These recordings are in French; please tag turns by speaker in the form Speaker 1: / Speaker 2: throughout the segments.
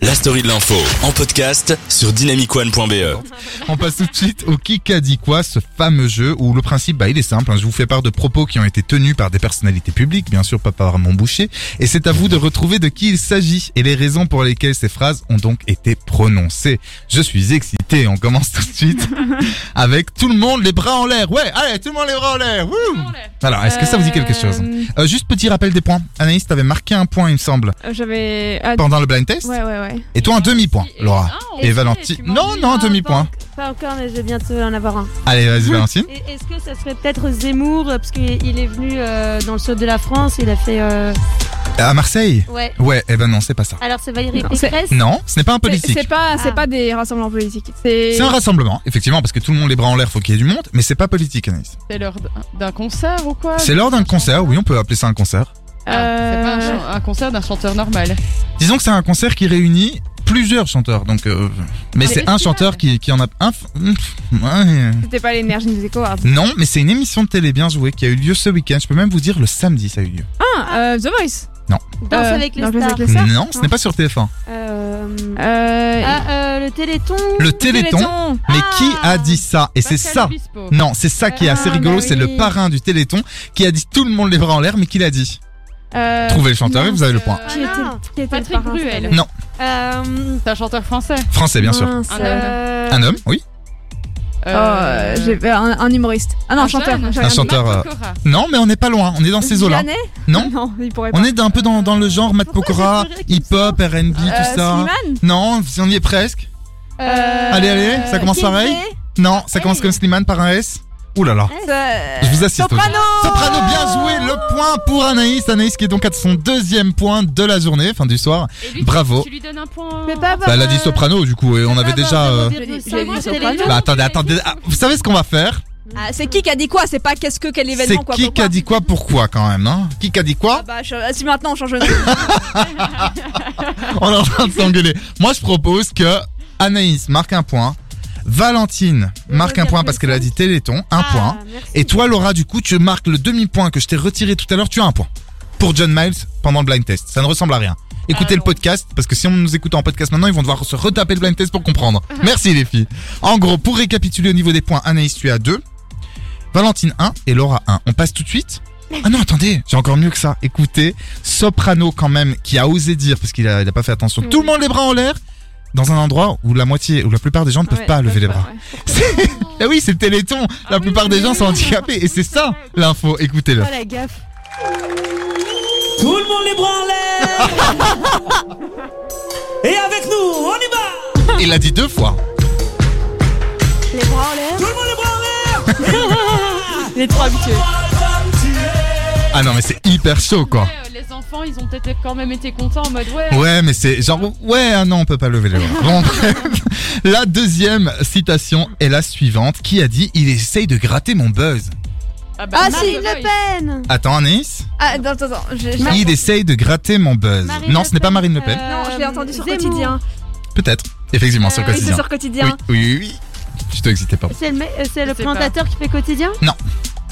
Speaker 1: la story de l'info en podcast sur dynamicone.be.
Speaker 2: On passe tout de suite au qui a dit quoi, ce fameux jeu où le principe, bah, il est simple. hein. je vous fais part de propos qui ont été tenus par des personnalités publiques, bien sûr pas par mon boucher, et c'est à vous de retrouver de qui il s'agit et les raisons pour lesquelles ces phrases ont donc été prononcées. Je suis excité. On commence tout de suite avec tout le monde les bras en l'air. Ouais, allez, tout le monde les bras en l'air. Wouh Alors, est-ce que ça vous dit quelque chose Euh, Juste petit rappel des points. Anaïs, t'avais marqué un point, il me semble,
Speaker 3: Euh, J'avais. ah,
Speaker 2: pendant le blind test,
Speaker 3: ouais, ouais, ouais.
Speaker 2: et toi un demi point, Laura. Et ah, Valentine. Non, non, un demi-point.
Speaker 4: Pas encore, mais je vais bientôt en avoir un.
Speaker 2: Allez, vas-y, Valentine.
Speaker 4: Et Est-ce que ça serait peut-être Zemmour euh, Parce qu'il il est venu euh, dans le sud de la France, il a fait. euh,
Speaker 2: À Marseille.
Speaker 4: Ouais.
Speaker 2: Ouais, eh ben non, c'est pas ça.
Speaker 4: Alors c'est Valérie
Speaker 3: Non, c'est-
Speaker 4: Pécresse
Speaker 2: Non, ce n'est pas un
Speaker 3: C'est-
Speaker 2: politique.
Speaker 3: C'est pas, c'est
Speaker 4: Ah.
Speaker 3: pas des rassemblements politiques. C'est euh,
Speaker 2: C'est un rassemblement, effectivement, parce que tout le monde les bras en l'air, faut qu'il y ait du monde, mais c'est pas politique, Anaïs.
Speaker 5: C'est l'heure d'un- d'un concert ou
Speaker 3: Ah,
Speaker 5: quoi
Speaker 2: C'est lors d'un concert, oui, on peut appeler ça un concert.
Speaker 5: Ah, C'est pas un,
Speaker 3: Euh,
Speaker 5: chan- un concert d'un chanteur normal.
Speaker 2: Disons que c'est un concert qui réunit plusieurs chanteurs, donc. euh, mais
Speaker 5: Mais
Speaker 3: Ah,
Speaker 2: c'est
Speaker 5: est-ce
Speaker 2: un
Speaker 5: qu'il y a-
Speaker 2: chanteur qui, qui en a un. f- mm, ouais.
Speaker 3: C'était pas l'énergie Music Awards.
Speaker 2: Non, mais c'est une émission de télé bien jouée qui a eu lieu ce week-end. Je peux même vous dire le samedi, ça a eu lieu.
Speaker 3: Ah, euh, The Voice.
Speaker 4: Danse
Speaker 3: Euh,
Speaker 4: avec les
Speaker 3: Danse
Speaker 4: stars.
Speaker 3: avec les- C'est ça Ah,
Speaker 2: non, ce n'est pas sur TF1.
Speaker 4: Euh,
Speaker 3: Euh,
Speaker 4: Ah, euh, le Téléthon
Speaker 2: Le Téléthon. Mais qui a dit ça
Speaker 3: bah,
Speaker 2: Et c'est
Speaker 5: Pascal
Speaker 2: ça.
Speaker 5: Obispo.
Speaker 2: Non, c'est ça qui est assez
Speaker 3: Ah,
Speaker 2: rigolo.
Speaker 3: bah
Speaker 2: C'est le
Speaker 3: oui.
Speaker 2: parrain du Téléthon qui a dit tout le monde les bras en l'air, mais qui l'a dit
Speaker 3: euh,
Speaker 2: Trouvez le chanteur et vous avez le point.
Speaker 4: Qui était,
Speaker 5: Ah,
Speaker 4: qui était le
Speaker 5: Patrick
Speaker 4: parrain,
Speaker 5: Bruel.
Speaker 4: c'était-
Speaker 2: Non.
Speaker 4: Euh,
Speaker 5: C'est un chanteur français.
Speaker 2: Français, bien sûr.
Speaker 4: mince,
Speaker 5: Un homme.
Speaker 4: euh,
Speaker 2: Un homme, oui.
Speaker 3: oh, euh, j'ai- euh, un, un humoriste. Ah non, un chanteur.
Speaker 5: jeune.
Speaker 3: j'ai
Speaker 2: Un
Speaker 3: rien dit.
Speaker 2: chanteur, euh,
Speaker 5: Marco Cora.
Speaker 2: Non, mais on n'est pas loin. On est dans ces eaux-là.
Speaker 3: Vianney
Speaker 2: Non.
Speaker 3: Non, il pourrait pas.
Speaker 2: On est un peu dans, dans le genre Matt
Speaker 4: Pourquoi
Speaker 2: Pokora,
Speaker 4: j'ai pleuré comme
Speaker 2: hip-hop, R&B,
Speaker 6: Euh,
Speaker 2: tout ça.
Speaker 3: Euh, Slimane
Speaker 2: Non, on y est presque.
Speaker 4: euh,
Speaker 2: Allez, allez, ça commence pareil.
Speaker 4: Kinsey
Speaker 2: Non, ça commence
Speaker 4: Hey.
Speaker 2: comme Slimane par un S. Ouh là là.
Speaker 3: Euh,
Speaker 2: Je vous assiste.
Speaker 3: Soprano
Speaker 2: Soprano, bien joué. Le point pour Anaïs. Anaïs qui est donc à son deuxième point de la journée, fin du soir.
Speaker 5: Et lui,
Speaker 2: Bravo.
Speaker 5: Tu lui donnes un point.
Speaker 4: Mais pas avoir,
Speaker 2: Bah, elle a dit
Speaker 4: euh,
Speaker 2: Soprano du coup et on
Speaker 4: pas
Speaker 2: avait
Speaker 4: avoir
Speaker 2: déjà. euh,
Speaker 4: 0,5
Speaker 3: J'ai dit
Speaker 4: Téléthon.
Speaker 3: Soprano.
Speaker 2: Bah attendez, attendez. ah, vous savez ce qu'on va faire
Speaker 6: Ah, c'est qui qui a dit quoi C'est pas qu'est-ce que quel
Speaker 2: C'est
Speaker 6: événement quoi
Speaker 2: qui qui
Speaker 6: pourquoi
Speaker 2: a dit quoi pourquoi quand même, hein Qui qui a dit quoi
Speaker 6: Ah bah, je- si maintenant on change de nom.
Speaker 2: On est en train de s'engueuler. Moi, je propose que Anaïs marque un point, Valentine marque un point parce qu'elle a dit Téléthon, un
Speaker 4: Ah,
Speaker 2: point. hein.
Speaker 4: merci.
Speaker 2: Et toi, Laura, du coup, tu marques le demi-point que je t'ai retiré tout à l'heure, tu as un point. Pour John Miles pendant le blind test. Ça ne ressemble à rien. Écoutez le podcast, parce que si on nous écoute en podcast maintenant, ils vont devoir se retaper le blind test pour comprendre. Merci les filles. En gros, pour récapituler au niveau des points, Anaïs, tu as 2, Valentine 1 et Laura 1. On passe tout de suite ah non, attendez, j'ai encore mieux que ça. Écoutez, Soprano quand même, qui a osé dire, parce qu'il a, il a pas fait attention, tout le monde les bras en l'air, dans un endroit où la moitié, où la plupart des gens ne peuvent
Speaker 3: Ouais,
Speaker 2: pas
Speaker 3: ils
Speaker 2: lever
Speaker 3: peuvent
Speaker 2: les
Speaker 3: pas,
Speaker 2: bras.
Speaker 3: ouais.
Speaker 2: Ah oui, c'est le téléthon. La
Speaker 5: Ah oui,
Speaker 2: plupart des
Speaker 5: oui,
Speaker 2: gens
Speaker 5: oui,
Speaker 2: sont
Speaker 5: oui.
Speaker 2: handicapés. Et c'est ça l'info. Écoutez-le.
Speaker 4: Ah, la gaffe.
Speaker 7: Tout le monde les bras en l'air Et avec nous, on y va
Speaker 2: Il l'a dit deux fois.
Speaker 4: Les bras en l'air.
Speaker 7: Tout le monde les bras en l'air
Speaker 4: Les trois habitués.
Speaker 2: Ah non, mais c'est hyper chaud, quoi.
Speaker 5: Ouais, euh, Les enfants, ils ont peut-être quand même été contents en mode ouais.
Speaker 2: Ouais, mais c'est genre, ouais, ah non, on peut pas lever les bras. Bon, bref. la deuxième citation est la suivante. Qui a dit, il essaye de gratter mon buzz?
Speaker 5: bah,
Speaker 4: Ah,
Speaker 5: Marco
Speaker 4: Marine Le
Speaker 5: Cora,
Speaker 4: Pen
Speaker 2: Attends, Anaïs.
Speaker 6: Ah, attends, attends, attends, je- je- Ah,
Speaker 2: Il essaye de gratter mon buzz.
Speaker 4: Marine
Speaker 2: non,
Speaker 4: Le
Speaker 2: ce n'est pas
Speaker 4: Pen,
Speaker 2: Marine Le Pen.
Speaker 4: euh,
Speaker 6: Non, je l'ai entendu sur
Speaker 4: Zemmour.
Speaker 6: quotidien.
Speaker 2: Peut-être. Effectivement, sur
Speaker 4: euh,
Speaker 2: le
Speaker 6: Oui, c'est
Speaker 2: quotidien.
Speaker 6: sur quotidien.
Speaker 2: Oui, oui, oui. Je t'ai excité, pardon.
Speaker 4: C'est le, me- euh, c'est le
Speaker 5: sais
Speaker 4: présentateur qui fait quotidien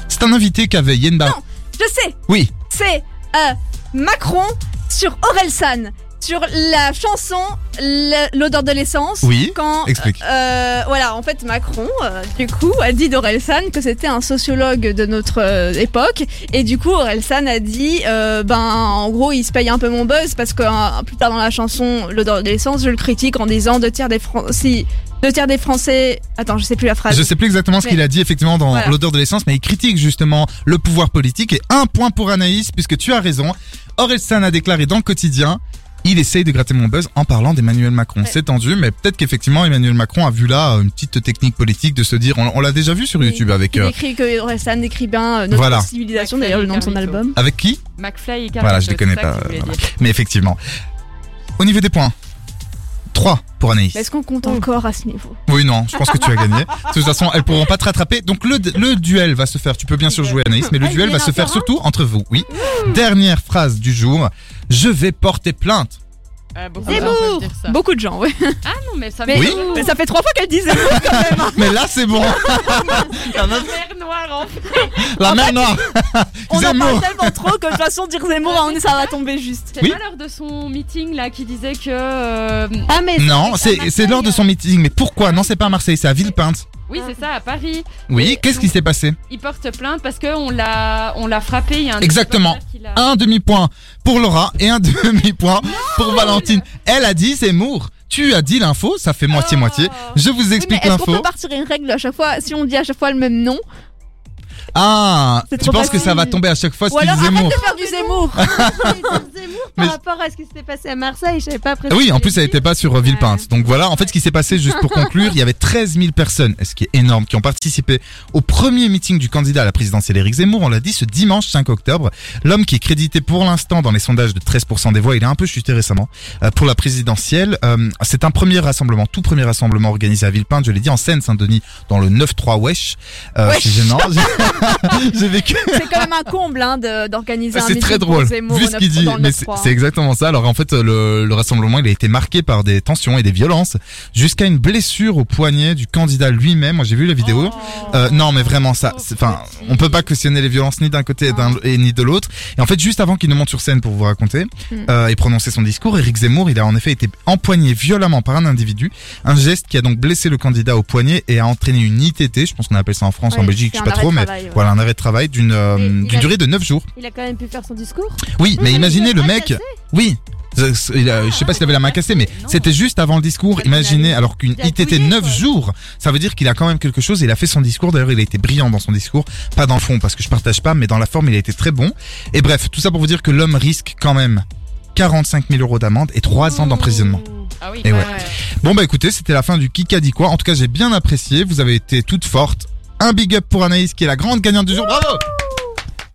Speaker 2: C'est un invité qu'avait Yenba.
Speaker 6: Non. Je sais,
Speaker 2: Oui.
Speaker 6: c'est euh, Macron sur Orelsan sur la chanson L- l'odeur de l'essence.
Speaker 2: Oui.
Speaker 6: Quand
Speaker 2: Explique.
Speaker 6: euh, voilà, en fait, Macron, euh, du coup, a dit d'Orelsan que c'était un sociologue de notre euh, époque. Et du coup, Orelsan a dit, euh, ben, en gros, il se paye un peu mon buzz parce que euh, plus tard dans la chanson L'odeur de l'essence, je le critique en disant deux tiers des Français. Si, deux tiers des Français. Attends, je sais plus la phrase.
Speaker 2: Je sais plus exactement ce
Speaker 6: Mais-
Speaker 2: qu'il a dit effectivement dans
Speaker 6: Voilà.
Speaker 2: l'odeur de l'essence, mais il critique justement le pouvoir politique. Et un point pour Anaïs, puisque tu as raison. Orelsan a déclaré dans le quotidien. Il essaye de gratter mon buzz en parlant d'Emmanuel Macron. C'est tendu, mais peut-être qu'effectivement Emmanuel Macron a vu là euh, une petite technique politique de se dire. On, on l'a déjà vu sur
Speaker 6: Oui.
Speaker 2: YouTube avec
Speaker 6: Il
Speaker 2: euh,
Speaker 6: écrit que Orelsan décrit bien euh, notre
Speaker 2: Voilà.
Speaker 6: civilisation, d'ailleurs, le nom de son
Speaker 5: Carlito.
Speaker 6: album.
Speaker 2: avec qui
Speaker 5: McFly et
Speaker 2: Voilà, je les connais pas, voilà. Mais effectivement. Au niveau des points, 3 pour Anaïs.
Speaker 6: Mais Est-ce qu'on compte encore à ce niveau
Speaker 2: Oui, non, je pense que tu as gagné. De toute façon, elles pourront pas te rattraper. Donc le, le duel va se faire, tu peux bien sûr jouer Anaïs, mais le
Speaker 4: Ah, il
Speaker 2: duel
Speaker 4: y en
Speaker 2: va
Speaker 4: a
Speaker 2: se faire
Speaker 4: encore un
Speaker 2: surtout entre vous, oui.
Speaker 6: Mmh.
Speaker 2: Dernière phrase du jour, je vais porter plainte.
Speaker 5: C'est
Speaker 6: Zemmour.
Speaker 5: Bah.
Speaker 6: Beaucoup de gens, oui.
Speaker 5: Ah non, mais ça
Speaker 6: Mais
Speaker 2: Oui.
Speaker 6: hein. mais ça fait trois fois qu'elle dit Zemmour.
Speaker 2: Mais là, c'est bon.
Speaker 5: La mer noire
Speaker 2: La mer Noire.
Speaker 6: On en
Speaker 2: Zemmour.
Speaker 6: parle tellement trop que de toute façon, dire Zemmour,
Speaker 5: Ouais,
Speaker 6: on est- ça va tomber juste.
Speaker 5: C'est
Speaker 2: Oui.
Speaker 5: pas l'heure de son meeting là qui disait que. euh,
Speaker 4: Ah, mais.
Speaker 2: Non,
Speaker 4: à
Speaker 2: c'est
Speaker 4: Marseille,
Speaker 2: c'est lors de son meeting. Mais pourquoi Non, c'est pas à Marseille, c'est à Villepinte.
Speaker 5: Oui, c'est ça, à Paris.
Speaker 2: Oui, qu'est-ce qui s'est passé
Speaker 5: Il porte plainte parce qu'on l'a on l'a frappé. Il y a un
Speaker 2: Exactement.
Speaker 5: reporter qui l'a-
Speaker 2: Un demi-point pour Laura et un demi-point pour Valentine. Elle a dit Zemmour. Tu as dit l'info, ça fait moitié-moitié. Je vous
Speaker 6: Oh. Oui, mais
Speaker 2: explique
Speaker 6: est-ce qu'on
Speaker 2: l'info.
Speaker 6: peut partir une règle à chaque fois si on dit à chaque fois le même nom
Speaker 2: Ah,
Speaker 6: C'est
Speaker 2: tu
Speaker 6: trop
Speaker 2: penses que ça
Speaker 6: facile.
Speaker 2: va tomber à chaque fois
Speaker 6: Ou
Speaker 2: ce qu'il
Speaker 6: alors
Speaker 2: dit Zemmour
Speaker 6: arrête de faire du Zemmour
Speaker 4: Zemmour
Speaker 2: Mais-
Speaker 4: par rapport à ce qui s'était passé à Marseille, je savais pas après.
Speaker 2: Ah Oui, en plus, elle n'était pas sur euh, Villepinte. Donc voilà, en fait, ce qui s'est passé, juste pour conclure, il y avait 13 000 personnes, ce qui est énorme, qui ont participé au premier meeting du candidat à la présidentielle Éric Zemmour, on l'a dit, ce dimanche 5 octobre. L'homme qui est crédité pour l'instant dans les sondages de 13% des voix, il a un peu chuté récemment, euh, pour la présidentielle. Euh, C'est un premier rassemblement, tout premier rassemblement organisé à Villepinte, je l'ai dit, en Seine-Saint-Denis, dans le 9-3 Wesh. Euh,
Speaker 6: Wesh.
Speaker 2: C'est gênant. J'ai- J'ai vécu
Speaker 6: C'est quand même un comble hein, de- d'organiser un
Speaker 2: Ah, c'est
Speaker 6: meeting
Speaker 2: très
Speaker 6: pour
Speaker 2: drôle,
Speaker 6: Zemmour
Speaker 2: vu
Speaker 6: au
Speaker 2: ce qu'il
Speaker 6: neuf-
Speaker 2: dit.
Speaker 6: dans le
Speaker 2: Mais c'est
Speaker 6: 9-3.
Speaker 2: c'est exactement ça. Alors en fait, euh, le, le rassemblement, il a été marqué par des tensions et des violences, jusqu'à une blessure au poignet du candidat lui-même. Moi, j'ai vu la vidéo.
Speaker 6: Oh.
Speaker 5: Oh.
Speaker 2: Euh, non, mais vraiment ça. c'est- Enfin, on peut pas questionner les violences ni d'un côté et, d'un-
Speaker 6: Oh.
Speaker 2: et ni de l'autre. Et en fait, juste avant qu'il ne monte sur scène pour vous raconter
Speaker 6: Hmm.
Speaker 2: euh, et prononcer son discours, Éric Zemmour, il a en effet été empoigné violemment par un individu. Un geste qui a donc blessé le candidat au poignet et a entraîné une ITT. Je pense qu'on appelle ça en France,
Speaker 6: Ouais,
Speaker 2: en Belgique,
Speaker 6: c'est
Speaker 2: je sais pas
Speaker 6: un arrêt
Speaker 2: trop,
Speaker 6: de
Speaker 2: mais
Speaker 6: travail, ouais.
Speaker 2: voilà, un arrêt de travail d'une euh,
Speaker 4: Et il
Speaker 2: d'une
Speaker 4: a-
Speaker 2: durée de 9 jours.
Speaker 4: Il a quand même pu faire son discours.
Speaker 2: Oui, mais
Speaker 4: mais
Speaker 2: imaginez
Speaker 4: il
Speaker 2: le
Speaker 4: l'a
Speaker 2: mec.
Speaker 4: cassé.
Speaker 2: Oui. Euh, c'est- il a- Je sais pas s'il avait la main cassée, mais
Speaker 5: Non.
Speaker 2: c'était juste avant le discours.
Speaker 5: Parce qu'il
Speaker 2: Imaginez,
Speaker 5: avait-
Speaker 2: alors qu'une
Speaker 5: il a
Speaker 2: ITT
Speaker 5: douillé,
Speaker 2: 9
Speaker 5: quoi.
Speaker 2: jours, ça veut dire qu'il a quand même quelque chose. Il a fait son discours. D'ailleurs, il a été brillant dans son discours. Pas dans le fond, parce que je partage pas, mais dans la forme, il a été très bon. Et bref, tout ça pour vous dire que l'homme risque quand même 45 000 euros d'amende et 3 ans d'emprisonnement.
Speaker 5: Ah oui,
Speaker 2: Et
Speaker 5: bah
Speaker 2: ouais. Bon bah écoutez, c'était la fin du Kikadi quoi. En tout cas, j'ai bien apprécié. Vous avez été toutes fortes. Un big up pour Anaïs qui est la grande gagnante du jour. Bravo